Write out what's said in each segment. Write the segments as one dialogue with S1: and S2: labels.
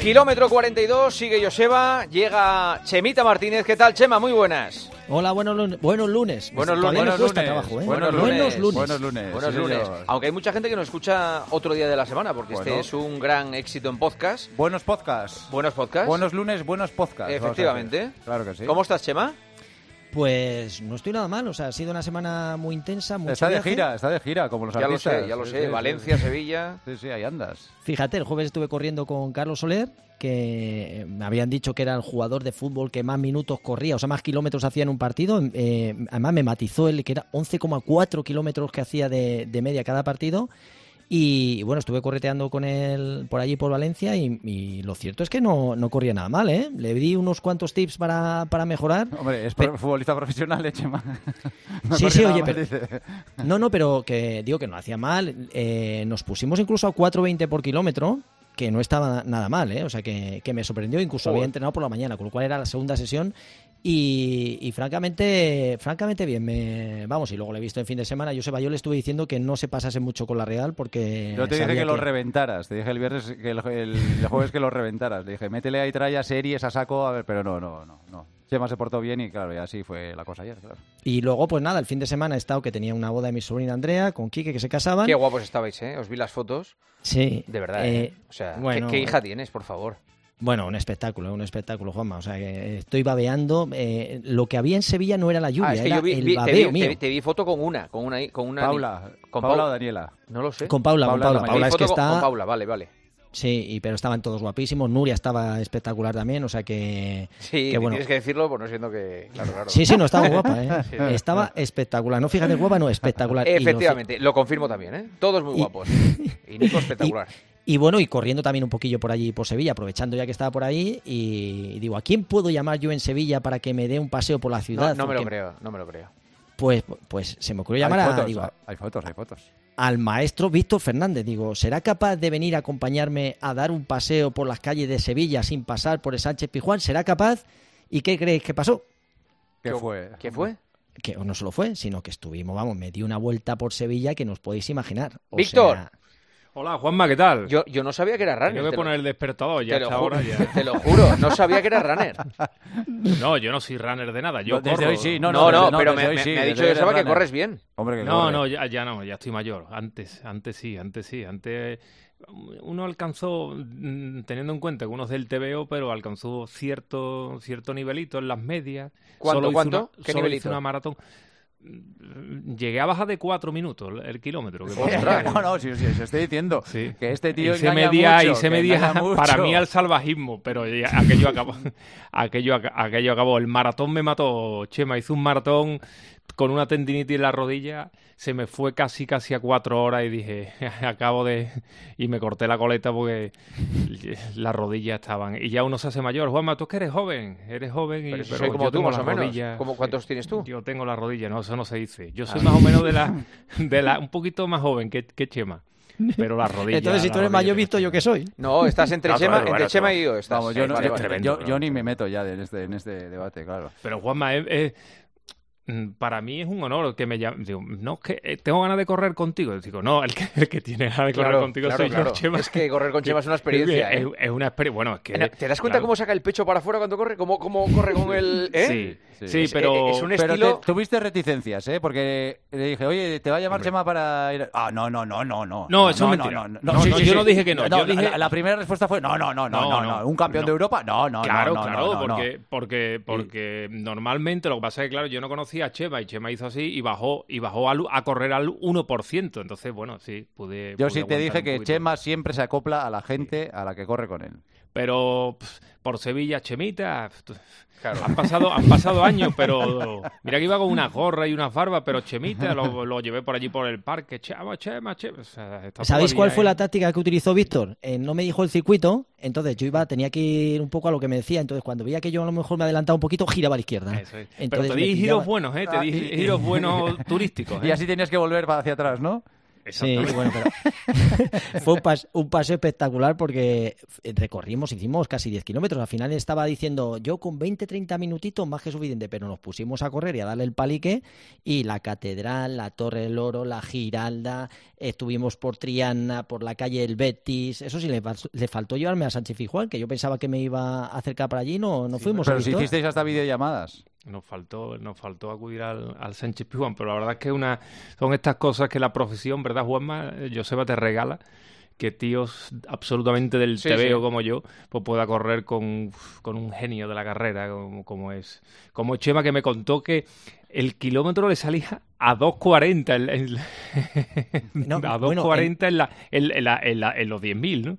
S1: Kilómetro 42, sigue Joseba, llega Chemita Martínez. ¿Qué tal, Chema? Muy buenas.
S2: Hola, buenos lunes. Buenos lunes.
S1: Buenos lunes.
S2: Todavía me
S1: Buenos
S2: cuesta
S1: lunes.
S2: trabajo, ¿eh?
S1: Buenos lunes.
S2: Buenos
S3: Buenos
S2: lunes.
S3: lunes.
S1: Buenos
S3: Eh, sí,
S1: lunes.
S3: señor.
S1: Aunque hay mucha gente que nos escucha otro día de la semana, porque
S3: Bueno.
S1: este es un gran éxito en podcast.
S3: Buenos podcasts.
S1: Buenos podcasts.
S3: Buenos lunes, buenos podcasts.
S1: Efectivamente.
S3: vamos a decir. Claro que sí.
S1: ¿Cómo estás, Chema?
S2: Pues no estoy nada mal, o sea, ha sido una semana muy intensa, mucho
S3: está de
S2: viaje.
S3: gira, está de gira, como los
S1: ya lo
S3: artistas.
S1: sé, ya lo
S3: Sí,
S1: sé.
S3: sí, sí,
S1: Valencia,
S3: sí.
S1: Sevilla.
S3: Sí, sí, ahí andas.
S2: Fíjate, el jueves estuve corriendo con Carlos Soler, que me habían dicho que era el jugador de fútbol que más minutos corría, o sea, más kilómetros hacía en un partido. Eh, además, me matizó el que era 11,4 kilómetros que hacía de, de media cada partido. Y bueno, estuve correteando con él por allí, por Valencia, y, y lo cierto es que no, no corría nada mal, ¿eh? Le di unos cuantos tips para, para mejorar.
S3: Hombre, es
S2: Pe-
S3: pro- futbolista profesional, eh, Chema. No
S2: Sí,
S3: corre
S2: sí,
S3: nada
S2: oye,
S3: más,
S2: pero- Eh,
S3: dice.
S2: No, no, pero que digo que no hacía mal. Eh, nos pusimos incluso a 4.20 por kilómetro, que no estaba nada mal, ¿eh? O sea, que, que me sorprendió. Incluso
S1: Joder.
S2: había entrenado por la mañana, con lo cual era la segunda sesión. Y, y francamente, francamente bien. Me, vamos, y luego le he visto en fin de semana. Joseba, yo le estuve diciendo que no se pasase mucho con la Real porque...
S3: Yo te dije que,
S2: sabía
S3: lo reventaras. Te dije el viernes, que el, el- el jueves que lo reventaras. Le dije, métele ahí traya series a saco. A ver, pero no, no, no. no. Chema se portó bien y claro, y así fue la cosa ayer, claro.
S2: Y luego, pues nada, el fin de semana he estado que tenía una boda de mi sobrina Andrea con Quique, que se casaban.
S1: Qué guapos estabais, ¿eh? Os vi las fotos.
S2: sí.
S1: De verdad,
S2: Eh,
S1: ¿eh? O sea, ¿qué-
S2: bueno,
S1: ¿qué, hija tienes, por favor?
S2: Bueno, un espectáculo, un espectáculo, Juanma. O sea, que estoy babeando. eh, lo que había en Sevilla no era la lluvia,
S1: Ah, es que
S2: era
S1: yo vi,
S2: el
S1: vi- te,
S2: babeo
S1: vi,
S2: mío.
S1: te vi- te vi foto con una, con una, con una
S3: Paula,
S1: con
S3: Paula
S1: Pau-
S3: o Daniela.
S1: No lo sé.
S2: Con Paula, con
S3: Paula
S2: Paula.
S3: es la
S2: Paula es
S1: foto
S2: que
S1: con- con
S2: está.
S1: Paula, vale, vale.
S2: Sí, y- pero estaban todos guapísimos. Nuria estaba espectacular también, o sea que.
S1: Sí,
S2: que bueno.
S1: tienes que decirlo, pues no siendo que. Claro, claro.
S2: Sí, sí, no, estaba guapa, ¿eh?
S1: Sí.
S2: Estaba espectacular. No fíjate, guapa, no, espectacular. Ah, Y lo ci-
S1: Efectivamente, lo, confirmo también, ¿eh? Todos muy
S2: Y-
S1: guapos. Y Nico espectacular.
S2: Y bueno, y corriendo también un poquillo por allí, por Sevilla, aprovechando ya que estaba por ahí, y digo, ¿a quién puedo llamar yo en Sevilla para que me dé un paseo por la
S1: No,
S2: ciudad?
S1: no me lo
S2: Porque,
S1: creo, no me lo creo.
S2: Pues, pues se me ocurrió llamar
S3: hay,
S2: a,
S3: fotos,
S2: digo,
S3: hay fotos, hay fotos.
S2: al maestro Víctor Fernández. Digo, ¿será capaz de venir a acompañarme a dar un paseo por las calles de Sevilla sin pasar por el Sánchez Pijuán? ¿Será capaz? ¿Y qué creéis que pasó?
S3: ¿Qué fue?
S1: ¿Qué fue?
S2: Que no solo fue, sino que estuvimos, vamos, me di una vuelta por Sevilla que nos podéis imaginar. O
S1: Víctor.
S2: sea,
S4: Hola, Juanma, ¿qué tal?
S1: Yo, yo no sabía que era runner.
S4: Tengo que
S1: te lo-
S4: poner el despertador
S1: te
S4: ya a
S1: lo
S4: esta
S1: juro,
S4: hora. Ya.
S1: te lo juro, no sabía que era runner.
S4: No, yo no soy runner de nada. Yo
S3: No, desde
S4: corro.
S3: hoy sí,
S1: No,
S3: No,
S1: no,
S3: no, desde- no,
S1: pero
S3: desde
S1: me,
S3: hoy
S1: me-
S3: sí,
S1: me ha
S3: desde
S1: dicho
S3: hoy eres
S1: Joseba que
S3: runner.
S1: corres bien.
S3: Hombre, que
S4: No,
S3: corre.
S4: no, ya, ya no, ya estoy mayor. Antes, antes sí, antes sí, antes uno alcanzó, mm, teniendo en cuenta que uno es del TVO, pero alcanzó cierto, cierto nivelito en las medias.
S1: ¿Cuánto,
S4: hice
S1: cuánto?
S4: una-
S1: ¿Qué
S4: solo
S1: nivelito?
S4: hice una maratón. Mm, Llegué a baja de cuatro minutos el, el kilómetro. que pasé.
S1: Ostras.
S3: no, no, sí, sí, os estoy diciendo
S4: Sí.
S3: que este tío
S4: hice
S3: engaña
S4: media,
S3: mucho,
S4: hice
S3: que
S4: media
S3: engaña mucho.
S4: para mí al salvajismo, pero ya aquello acabó, aquello, ac- aquello acabó. El maratón me mató, Chema, hice un maratón con una tendinitis en la rodilla, se me fue casi casi a cuatro horas y dije, acabo de... y me corté la coleta porque las rodillas estaban... Y ya uno se hace mayor, Juanma, tú es que eres joven, eres joven y...
S1: Pero si
S4: pero
S1: soy
S4: yo
S1: como tú,
S4: tengo
S1: más
S4: las
S1: o menos.
S4: rodillas-
S1: ¿Cómo- ¿Cuántos tienes tú? Ah.
S4: Yo tengo la rodilla, no, eso no se dice. Yo soy más o menos de la, de la, un poquito más joven que, que Chema. Pero la rodilla.
S2: Entonces, si
S4: la
S2: tú eres
S4: rodilla
S2: mayor,
S4: tengo
S2: Víctor, ¿yo
S4: Chema.
S2: qué soy?
S1: No, estás entre,
S4: No,
S1: Chema,
S4: claro,
S1: entre
S4: claro.
S1: Chema y yo. Estás.
S3: Vamos, yo, no-
S1: Vale,
S3: yo-
S1: vale.
S4: tremendo,
S3: yo- yo
S4: tremendo.
S3: ni me meto ya en este, en este debate, claro.
S4: Pero Juanma, es- es- mm, para mí es un honor que me llamen. Digo, no, es que eh, tengo ganas de correr contigo. Digo, no, el que, el que tiene ganas de correr
S1: Claro,
S4: contigo
S1: claro,
S4: soy yo,
S1: claro.
S4: Chema.
S1: Es que correr con Chema es una experiencia.
S4: Es,
S1: ¿eh?
S4: es una experiencia. Bueno, es que.
S1: ¿Te das cuenta
S4: claro,
S1: cómo saca el pecho para afuera cuando corre? ¿Cómo, cómo corre con el...? ¿eh?
S4: Sí,
S3: Sí.
S4: sí,
S1: Es-
S4: pero.
S1: es un
S3: Pero
S1: estilo-
S3: te- tuviste reticencias, ¿eh? Porque le dije, oye, te va a llamar Chema para ir. a-". Ah, no, no, no, no, no.
S4: No, eso es mentira. No, sí, sí, yo no dije que no, yo
S3: la-
S4: dije-
S3: La, la primera respuesta fue, no, no, no, no,
S4: No,
S3: no,
S4: no,
S3: no. Un campeón
S4: no.
S3: de Europa, no, no, no,
S4: Claro,
S3: no, no,
S4: claro,
S3: no, no.
S4: porque, porque, porque normalmente lo que pasa es que, claro, yo no conocía a Chema y Chema hizo así y bajó, y bajó al- a correr al 1%. Entonces, bueno, sí, pude.
S3: Yo
S4: pude
S3: sí te
S4: aguantar
S3: dije
S4: un
S3: que
S4: poquito.
S3: Chema siempre se acopla a la gente a la que corre con él.
S4: Pero pf, por Sevilla, Chemita. pf, tú- Han, pasado, han pasado años, pero. Mira que iba con una gorra y unas barbas, pero Chemita lo, lo llevé por allí por el parque. Chema, Chema, Chema. o sea, esta
S2: ¿Sabéis
S4: todavía
S2: cuál fue
S4: es-
S2: la táctica que utilizó Víctor? Eh, no me dijo el circuito, entonces yo iba, tenía que ir un poco a lo que me decía, entonces cuando veía que yo a lo mejor me adelantaba un poquito, giraba a la izquierda.
S4: Eso es.
S2: Entonces
S4: Pero te
S2: me
S4: di
S2: pillaba-
S4: giros buenos, ¿eh? Te
S3: Ah,
S4: di
S3: y-
S4: giros buenos turísticos. ¿eh?
S3: Y así tenías que volver para hacia atrás, ¿no?
S2: Sí, bueno, pero fue un, pas- un paseo espectacular porque eh, recorrimos, hicimos casi 10 kilómetros. Al final estaba diciendo yo con 20, 30 minutitos más que suficiente, pero nos pusimos a correr y a darle el palique. Y la catedral, la Torre del Oro, la Giralda, estuvimos por Triana, por la calle El Betis. Eso sí, le, fal- le faltó llevarme a Sánchez Fijuán, que yo pensaba que me iba a acercar para allí. No, no fuimos. ¿eh,
S3: Pero si
S2: Víctor?
S3: hicisteis hasta videollamadas.
S4: Nos faltó, nos faltó acudir al, al Sánchez Pijuán, pero la verdad es que una, son estas cosas que la profesión, ¿verdad, Juanma? Eh, Joseba te regala que tíos absolutamente del
S1: Sí,
S4: tebeo
S1: sí.
S4: como yo, pues pueda correr con, con un genio de la carrera, como, como es. Como Chema que me contó que el kilómetro le salía a 2.40 en, la- en la-
S2: No,
S4: a 2.40
S2: bueno,
S4: en, la, en, en la- en la- en los 10.000, ¿no?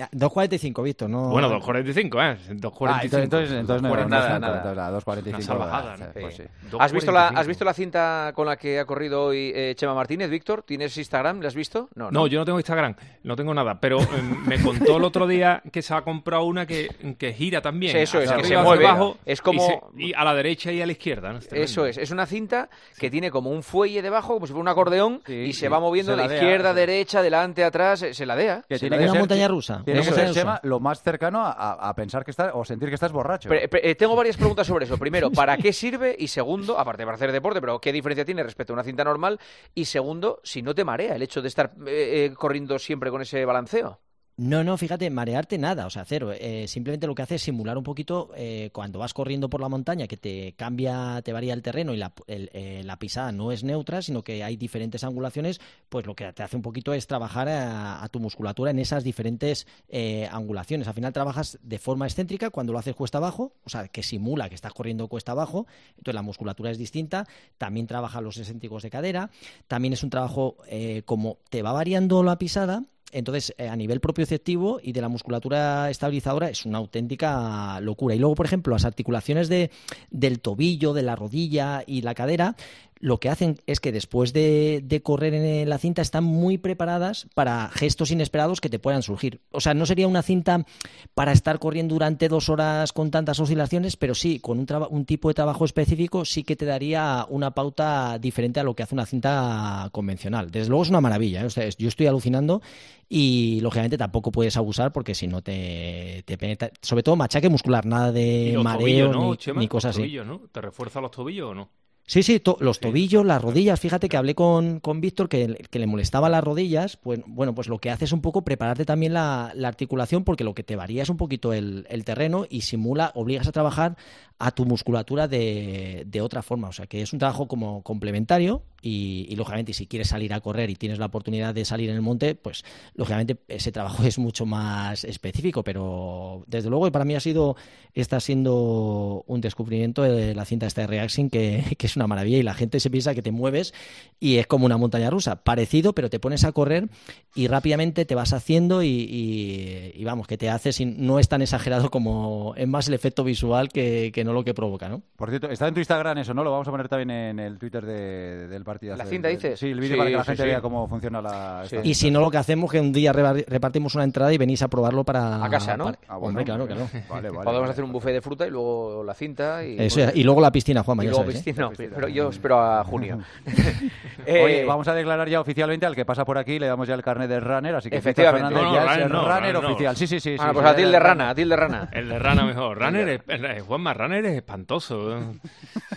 S2: Ah, 2.45, Víctor. No,
S4: Bueno, 2.45, ¿eh? 2.45.
S3: Ah, entonces, entonces, entonces no era
S1: Cuarenta- Pues nada,
S3: nada,
S1: nada.
S3: nada, 2.45.
S4: Una salvajada,
S3: nada,
S4: ¿no?
S3: pues sí.
S1: ¿Has visto, la, ¿Has visto la cinta con la que ha corrido hoy eh, Chema Martínez, Víctor? ¿Tienes Instagram? ¿La has visto? No,
S4: No, yo no tengo Instagram, no tengo nada, pero eh, me contó el otro día que se ha comprado una que, que gira también.
S1: Sí, eso es,
S4: hacia
S1: que se
S4: hacia
S1: mueve.
S4: abajo,
S1: Es como-
S4: y, se- y a la derecha y a la izquierda. ¿no? Este
S1: Eso
S4: rollo.
S2: Eh,
S1: es, es una cinta que tiene como un fuelle debajo, como si fuera un acordeón,
S3: Sí,
S1: y se
S3: sí.
S1: va moviendo
S3: Se
S1: de
S3: ladea,
S1: izquierda,
S3: sí.
S1: derecha, delante, atrás, eh, se, se ladea.
S3: Que
S2: Se
S3: tiene
S2: la
S3: que
S2: ve una
S3: ser-
S2: montaña rusa.
S3: Tiene
S2: una
S3: que
S1: Eso
S3: ser
S2: montaña
S3: Chema,
S2: rusa.
S3: lo más cercano a, a- a pensar que estás o sentir que estás borracho.
S1: Pre- pre- eh, tengo varias preguntas sobre eso. Primero, ¿para qué sirve? Y segundo, aparte para hacer deporte, pero ¿qué diferencia tiene respecto a una cinta normal? Y segundo, si no te marea el hecho de estar eh, eh, corriendo siempre con ese balanceo.
S2: No, no, fíjate, marearte nada, o sea, cero. Eh, simplemente lo que hace es simular un poquito eh, cuando vas corriendo por la montaña, que te cambia, te varía el terreno y la, el- eh, la pisada no es neutra, sino que hay diferentes angulaciones, pues lo que te hace un poquito es trabajar a, a tu musculatura en esas diferentes eh, angulaciones. Al final trabajas de forma excéntrica cuando lo haces cuesta abajo, o sea, que simula que estás corriendo cuesta abajo, entonces la musculatura es distinta, también trabaja los excéntricos de cadera, también es un trabajo eh, como te va variando la pisada, entonces eh, a nivel propioceptivo y de la musculatura estabilizadora es una auténtica locura. Y luego, por ejemplo, las articulaciones de, del tobillo, de la rodilla y la cadera, lo que hacen es que después de, de correr en eh, la cinta están muy preparadas para gestos inesperados que te puedan surgir. O sea, no sería una cinta para estar corriendo durante dos horas con tantas oscilaciones, pero sí, con un, traba- un tipo de trabajo específico sí que te daría una pauta diferente a lo que hace una cinta convencional. Desde luego es una maravilla, ¿eh? O sea, es- yo estoy alucinando y lógicamente tampoco puedes abusar porque si no te, te penetra- sobre todo machaque muscular, nada
S4: Y
S2: de
S4: los
S2: mareo
S4: tobillos,
S2: ni-
S4: ¿no,
S2: ni,
S4: Chema? Los
S2: cosas así.
S4: tobillos, ¿no? ¿Te refuerza los tobillos o no?
S2: Sí, sí, to- los
S4: Sí,
S2: tobillos, las
S4: claro.
S2: rodillas. Fíjate que hablé con, con Víctor que, que le molestaba las rodillas. Pues bueno, pues lo que hace es un poco prepararte también la, la articulación, porque lo que te varía es un poquito el, el terreno y simula, obligas a trabajar a tu musculatura de, de otra forma. O sea que es un trabajo como complementario. Y, y, lógicamente, si quieres salir a correr y tienes la oportunidad de salir en el monte, pues lógicamente ese trabajo es mucho más específico. Pero desde luego, para mí ha sido está siendo un descubrimiento de la cinta esta de Reaxing que, que es una maravilla y la gente se piensa que te mueves y es como una montaña rusa, parecido, pero te pones a correr y rápidamente te vas haciendo y, y- y vamos, que te hace sin- no es tan exagerado como es más el efecto visual que, que no lo que provoca, ¿no?
S3: Por cierto, está en tu Instagram eso, ¿no? Lo vamos a poner también en el Twitter de- del partido.
S1: ¿La cinta dices?
S3: Sí, el vídeo
S1: Sí,
S3: para que la
S1: sí,
S3: gente
S1: sí.
S3: vea cómo funciona la...
S1: Sí.
S3: esta
S2: Y si no, lo que hacemos es que un día reba- repartimos una entrada y venís a probarlo para...
S1: A casa, ¿no?
S2: para-
S3: Ah, bueno.
S2: Hombre, claro, claro.
S3: Vale, vale.
S1: Podemos
S3: vale.
S1: hacer un buffet de fruta y luego la cinta y,
S2: Eso es, y luego la piscina, Juanma,
S1: y
S2: ya
S1: luego
S2: sabes, ¿eh?
S1: piscina. No,
S3: Piscina.
S1: pero yo espero a junio.
S3: Oye,
S1: Eh,
S3: vamos a declarar ya oficialmente al que pasa por aquí, le damos ya el carnet de runner, así que Víctor
S1: Efectivamente.
S3: Fernández
S4: No, no,
S3: ya es
S4: runner
S3: el
S4: no,
S3: runner
S4: runner no.
S3: oficial. Sí, sí, sí.
S1: Bueno,
S3: sí,
S1: pues
S3: sí,
S1: a tilde rana, a tilde rana.
S4: El de Rana mejor. Runner es, eh, Juanma, Runner es espantoso. ¿eh?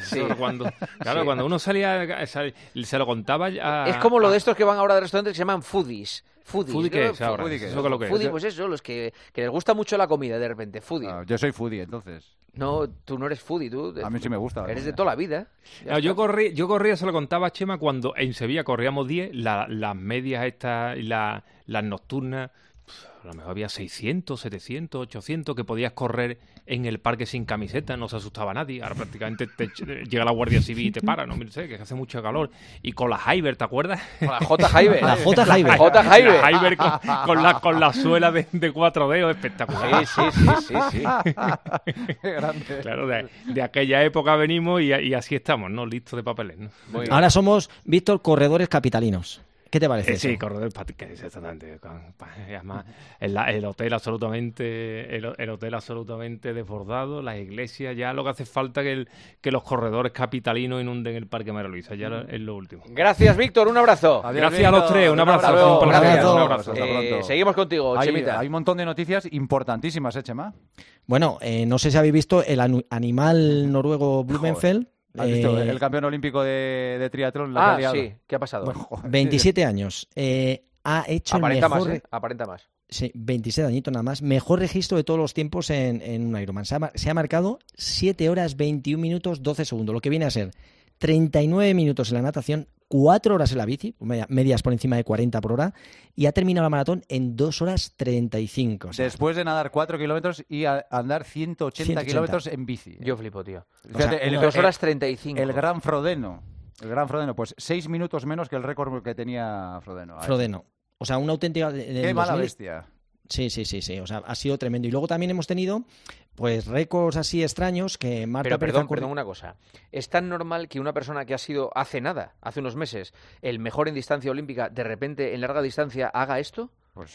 S1: Sí.
S4: Eso Cuando, claro,
S1: Sí.
S4: cuando uno salía, eh, sal- se lo contaba a...
S1: Es como lo de
S4: a-
S1: estos que van ahora de restaurantes que se llaman foodies. Foodies,
S4: Ah, Foodie que
S1: ¿no?
S4: es ahora.
S3: Foodie que
S4: Eso
S3: es.
S4: que lo que es.
S1: Foodie, pues eso, los que, que les gusta mucho la comida de repente, foodie.
S3: Ah, yo soy foodie, entonces.
S1: No, tú no eres foodie, tú
S3: A mí sí me gusta. la
S1: eres de
S3: comida.
S1: toda la vida. Ya
S4: No, yo
S1: está.
S4: corrí, yo corría, se lo contaba a Chema, cuando en Sevilla corríamos 10, la- las medias estas y la- las nocturnas, pf, a lo mejor había 600, 700, 800 que podías correr en el parque sin camiseta, no se asustaba nadie. Ahora prácticamente te ch- eh, llega la Guardia Civil y te para, no sé, que hace mucho calor. Y con la Hyber, ¿te acuerdas?
S1: Con la J. Jaibe.
S2: La J. Jaibe.
S1: J. Jaibe.
S4: La Hyber con, con la, con la suela de, de cuatro dedos, espectacular.
S1: Sí, sí, sí, sí, sí.
S3: Qué grande.
S4: Claro, de, de aquella época venimos y, y así estamos, ¿no? Listos de papeles, ¿no?
S1: Muy bien.
S2: Ahora somos, Víctor, corredores capitalinos. ¿Qué te parece?
S4: Eh, sí,
S2: eso?
S4: corredor que es exactamente. con- pa- Además, el, el hotel absolutamente, el, el hotel absolutamente desbordado, las iglesias, ya lo que hace falta que, el- que los corredores capitalinos inunden el Parque María Luisa, ya lo- es lo último.
S1: Gracias, Víctor, un abrazo.
S3: Adiós,
S4: Gracias a los
S3: Víctor.
S4: tres, un abrazo,
S1: fue un placer,
S2: un
S3: Gracias.
S2: abrazo.
S3: Hasta
S1: Eh,
S3: pronto.
S1: seguimos contigo,
S3: Hay,
S1: Chemita.
S3: hay un montón de noticias importantísimas, ¿eh, Chema?
S2: Bueno, eh, no sé si habéis visto el anu- animal noruego Blumenfeld.
S3: ¿Has visto?
S2: eh,
S3: El campeón olímpico de, de triatlón la que ha
S1: Ah,
S3: liado.
S1: sí, ¿qué ha pasado?
S3: Bueno, joder,
S2: 27 años. eh, ha hecho el
S1: aparenta
S2: mejor
S1: más,
S2: re-
S1: ¿eh? aparenta más.
S2: sí, 27 añitos nada más. Mejor registro de todos los tiempos en, en un Ironman. Se ha, mar- se ha marcado 7 horas 21 minutos 12 segundos, lo que viene a ser 39 minutos en la natación, 4 horas en la bici, media- medias por encima de 40 por hora, y ha terminado la maratón en 2 horas 35. o sea,
S3: Después de nadar 4 kilómetros y a- andar 180,
S2: 180.
S3: kilómetros en bici.
S1: Yo flipo, tío.
S3: Fíjate,
S2: o sea,
S3: el,
S1: Dos
S3: el-
S1: horas 35.
S3: el gran Frodeno. El gran Frodeno, pues 6 minutos menos que el récord que tenía Frodeno. Ay,
S2: Frodeno. O sea, una auténtica... de- del
S3: Qué mala
S2: 2000.
S3: bestia.
S2: Sí, sí, sí, sí. O sea, ha sido tremendo. Y luego también hemos tenido, pues, récords así extraños que Marta
S1: Pero
S2: Pérez
S1: perdón,
S2: Alcordi-
S1: perdón una cosa. Es tan normal que una persona que ha sido hace nada, hace unos meses, el mejor en distancia olímpica, de repente en larga distancia haga esto.
S3: Pues,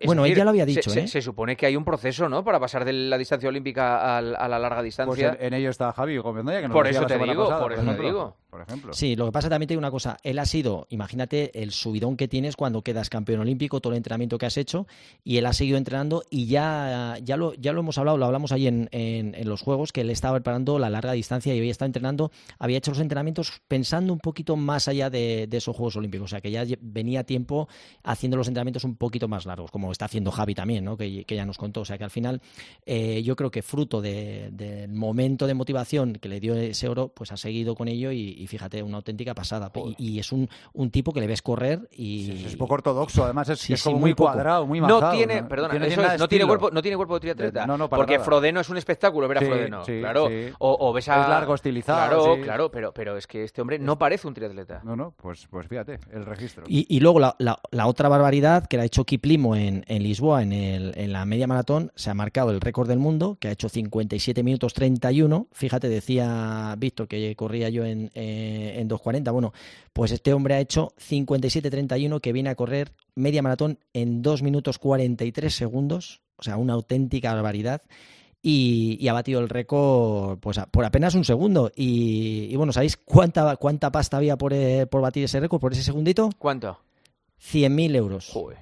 S1: Es
S2: Bueno, él ya lo había
S1: se-
S2: dicho,
S1: se,
S2: ¿eh?
S1: se supone que hay un proceso, ¿no? Para pasar de la distancia olímpica al- a, la larga
S3: pues
S1: distancia.
S3: en, en ello está Javi Gómez Noya, que nos
S1: Por
S3: lo decía
S1: eso
S3: la
S1: te
S3: semana
S1: digo,
S3: pasada,
S1: por eso te
S3: ejemplo.
S1: digo.
S3: Por ejemplo.
S2: Sí, lo que pasa también te digo una cosa. Él ha sido, imagínate el subidón que tienes cuando quedas campeón olímpico, todo el entrenamiento que has hecho, y él ha seguido entrenando y ya, ya, lo, ya lo hemos hablado, lo hablamos ahí en, en- en los Juegos, que él estaba preparando la larga distancia y hoy está entrenando, había hecho los entrenamientos pensando un poquito más allá de, de esos Juegos Olímpicos, o sea que ya lle- venía tiempo haciendo los entrenamientos un poquito más largos, como está haciendo Javi también, ¿no? que, que ya nos contó, o sea que al final eh, yo creo que fruto de- del momento de motivación que le dio ese oro, pues ha seguido con ello y, y fíjate, una auténtica pasada. Y, y es un, un tipo que le ves correr y...
S3: Sí, sí, es poco ortodoxo, además es,
S2: Sí,
S3: es
S2: sí,
S3: como
S2: muy
S3: muy,
S2: poco.
S3: cuadrado, muy
S1: no
S3: majado,
S1: tiene, perdona, eso
S3: nada
S1: es,
S3: de
S1: no tiene
S3: estilo.
S1: cuerpo, no tiene cuerpo de triatleta.
S3: No, no, para
S1: porque
S3: nada.
S1: Frodeno es un espectáculo ver a
S3: Sí,
S1: Frodeno,
S3: sí,
S1: claro.
S3: sí.
S1: O, o ves a
S3: Es largo, estilizado,
S1: Claro,
S3: sí.
S1: claro, pero, pero es que este hombre no parece un triatleta.
S3: No, no, pues, pues fíjate, el registro.
S2: Y, y luego la, la- la otra barbaridad que la ha hecho Kiplimo en, en Lisboa, en, el- en la media maratón, se ha marcado el récord del mundo, que ha hecho 57 minutos 31. Fíjate, decía Víctor que corría yo en, eh, en 2.40. Bueno, pues este hombre ha hecho 57.31, que viene a correr media maratón en 2 minutos 43 segundos. O sea, una auténtica barbaridad. Y, y ha batido el récord pues, a- por apenas un segundo. Y, y bueno, ¿sabéis cuánta, cuánta pasta había por, eh, por batir ese récord, por ese segundito?
S1: ¿Cuánto?
S2: 100.000 euros.
S1: Joder,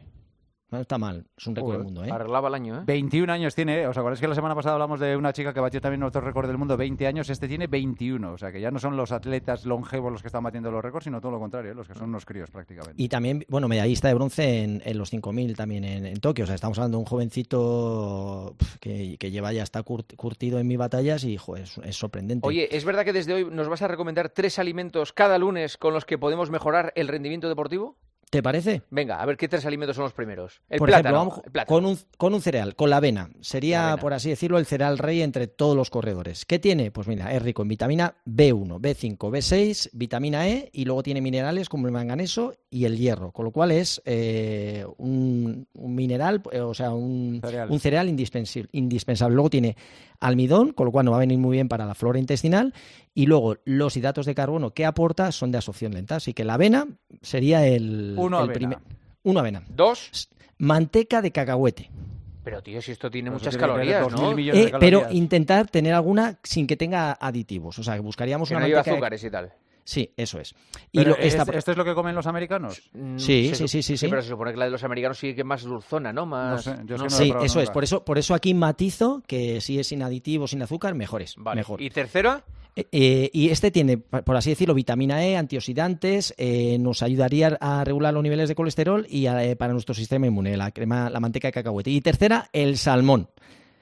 S2: No está mal, es un récord del
S3: Joder,
S2: mundo, ¿eh?
S1: arreglaba el año, ¿eh?
S3: 21 años tiene, ¿eh? ¿os acordáis que la semana pasada hablamos de una chica que batió también otro récord del mundo? 20 años, este tiene 21, o sea que ya no son los atletas longevos los que están batiendo los récords, sino todo lo contrario, ¿eh? los que son unos críos prácticamente.
S2: Y también, bueno, medallista de bronce en, en los 5.000 también en, en Tokio. O sea, estamos hablando de un jovencito pf, que, que lleva ya, está curt- curtido en mis batallas y, joder, es, es sorprendente.
S1: Oye, ¿es verdad que desde hoy nos vas a recomendar tres alimentos cada lunes con los que podemos mejorar el rendimiento deportivo?
S2: ¿Te parece?
S1: Venga, a ver qué tres alimentos son los primeros. El
S2: por
S1: plátano.
S2: ejemplo, vamos
S1: el plátano.
S2: con un, con un cereal, con la avena. Sería,
S1: La avena.
S2: por así decirlo, el cereal rey entre todos los corredores. ¿Qué tiene? Pues mira, es rico en vitamina B1, B5, B6, vitamina E y luego tiene minerales como el manganeso y el hierro, con lo cual es eh, un, un mineral, eh, o sea, un
S3: Cereal.
S2: un cereal indispensable, indispensable. Luego tiene almidón, con lo cual no va a venir muy bien para la flora intestinal. Y luego los hidratos de carbono que aporta son de absorción lenta. Así que la avena sería el,
S3: Uno
S2: el
S3: avena.
S2: primer- Uno avena.
S1: Dos.
S2: Manteca de cacahuete.
S1: Pero tío, si esto tiene
S3: Pues
S1: muchas
S3: tiene que tener
S1: calorías,
S3: 2.000
S1: ¿no?
S3: millones de
S2: Eh, pero
S3: calorías.
S2: intentar tener alguna sin que tenga aditivos. O sea, que buscaríamos
S1: Que
S2: una
S1: no lleva
S2: manteca de-
S1: azúcares y tal.
S2: Sí, eso es. Y
S3: Pero
S2: lo-
S3: ¿es-
S2: esta-
S3: ¿Esto es lo que comen los americanos?
S1: Mm,
S2: Sí,
S1: se
S2: sí,
S1: su-
S2: sí, sí, sí.
S1: pero se supone que la de los americanos sí que es más dulzona, ¿no? Más...
S3: No sé, yo es que no lo he
S2: Sí,
S3: probado
S2: eso es.
S3: nunca.
S2: Por eso, por eso aquí matizo que si es sin aditivos, sin azúcar, mejores.
S1: Vale.
S2: Mejor.
S1: ¿Y tercera?
S2: Eh, eh, y este tiene, pa- por así decirlo, vitamina E, antioxidantes, eh, nos ayudaría a regular los niveles de colesterol y a- eh, para nuestro sistema inmune, la crema, la manteca de cacahuete. Y tercera, el salmón,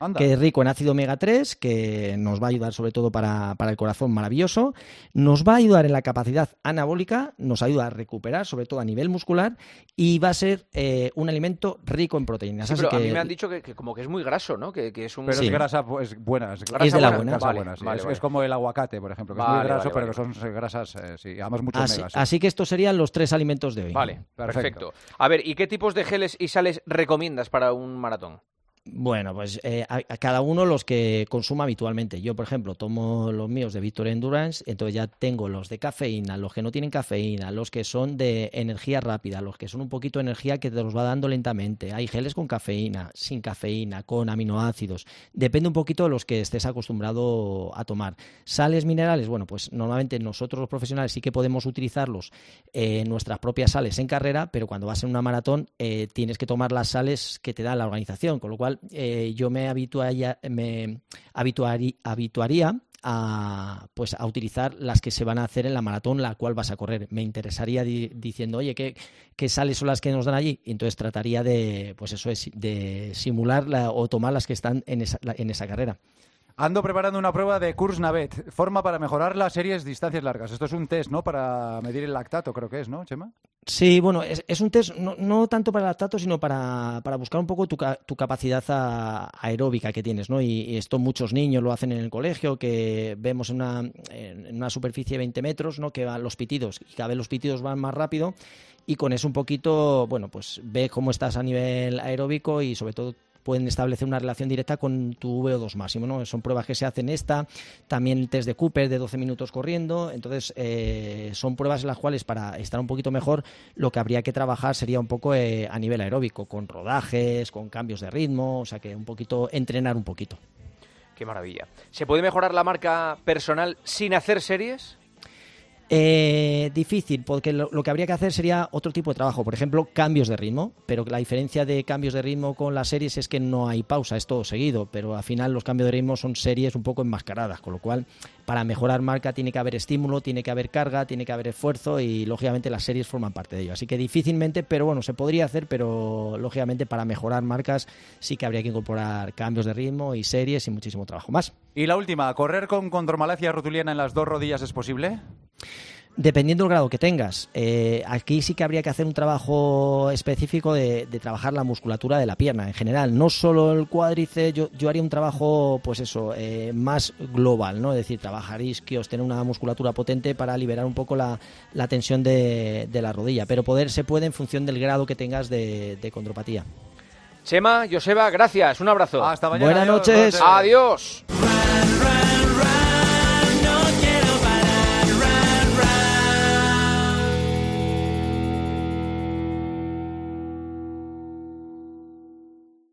S3: Anda.
S2: que es rico en ácido omega 3, que nos va a ayudar sobre todo para, para el corazón, maravilloso. Nos va a ayudar en la capacidad anabólica, nos ayuda a recuperar, sobre todo a nivel muscular, y va a ser eh, un alimento rico en proteínas.
S1: Sí,
S2: Así
S1: pero a
S2: que-
S1: mí me han dicho que, que como que es muy graso, ¿no? Que, que es un...
S3: Pero
S2: Sí.
S3: es grasa bu- es buena. Es,
S1: Grasa
S2: Es de la buena.
S3: grasa
S1: Vale,
S3: buena, sí.
S1: vale,
S3: es,
S1: vale.
S3: es como el aguacate, por ejemplo, que es
S1: Vale,
S3: muy graso,
S1: vale,
S3: pero
S1: vale.
S3: que son grasas, eh, sí, además muchos
S2: así,
S3: megas.
S2: así que estos serían los tres alimentos de hoy.
S1: Vale, perfecto.
S3: Perfecto.
S1: A ver, ¿y qué tipos de geles y sales recomiendas para un maratón?
S2: Bueno, pues eh, a, a cada uno los que consuma habitualmente. Yo, por ejemplo, tomo los míos de Victor Endurance, entonces ya tengo los de cafeína, los que no tienen cafeína, los que son de energía rápida, los que son un poquito de energía que te los va dando lentamente. Hay geles con cafeína, sin cafeína, con aminoácidos. Depende un poquito de los que estés acostumbrado a tomar. Sales minerales, bueno, pues normalmente nosotros los profesionales sí que podemos utilizarlos eh, en nuestras propias sales en carrera, pero cuando vas en una maratón eh, tienes que tomar las sales que te da la organización, con lo cual eh, yo me, habituaría, me habituaría, habituaría a, pues, a utilizar las que se van a hacer en la maratón, la cual vas a correr. Me interesaría di- diciendo, oye, ¿qué, ¿qué sales son las que nos dan allí? Y entonces trataría de, pues eso es, de simular la- o tomar las que están en esa, la- en esa carrera.
S3: Ando preparando una prueba de Kurs Navet, forma para mejorar las series distancias largas. Esto es un test, ¿no? Para medir el lactato, creo que es, ¿no, Chema?
S2: Sí, bueno, es, es un test no, no tanto para lactato, sino para, para buscar un poco tu, ca- tu capacidad a- aeróbica que tienes, ¿no? Y, y esto muchos niños lo hacen en el colegio, que vemos en una, en una superficie de 20 metros, ¿no? Que van los pitidos, y cada vez los pitidos van más rápido, y con eso un poquito, bueno, pues ves cómo estás a nivel aeróbico y sobre todo pueden establecer una relación directa con tu VO2 máximo, ¿no? Son pruebas que se hacen esta, también el test de Cooper de 12 minutos corriendo, entonces eh, son pruebas en las cuales para estar un poquito mejor lo que habría que trabajar sería un poco eh, a nivel aeróbico, con rodajes, con cambios de ritmo, o sea que un poquito entrenar un poquito.
S1: Qué maravilla. ¿Se puede mejorar la marca personal sin hacer series?
S2: Eh, difícil, porque lo, lo que habría que hacer sería otro tipo de trabajo, por ejemplo, cambios de ritmo, pero la diferencia de cambios de ritmo con las series es que no hay pausa, es todo seguido, pero al final los cambios de ritmo son series un poco enmascaradas, con lo cual para mejorar marca tiene que haber estímulo, tiene que haber carga, tiene que haber esfuerzo y lógicamente las series forman parte de ello. Así que difícilmente, pero bueno, se podría hacer, pero lógicamente para mejorar marcas sí que habría que incorporar cambios de ritmo y series y muchísimo trabajo más.
S3: Y la última, ¿correr con condromalacia rotuliana en las dos rodillas es posible?
S2: Dependiendo del grado que tengas. Eh, aquí sí que habría que hacer un trabajo específico de, de trabajar la musculatura de la pierna en general, no solo el cuádriceps. Yo, yo haría un trabajo, pues eso, eh, más global, ¿no? Es decir, trabajar isquios, tener una musculatura potente para liberar un poco la, la tensión de, de la rodilla. Pero poder se puede en función del grado que tengas de, de condropatía.
S1: Chema, Joseba, gracias. Un abrazo.
S3: Hasta mañana.
S2: Buenas
S3: adiós,
S2: noches.
S1: Adiós.
S5: run,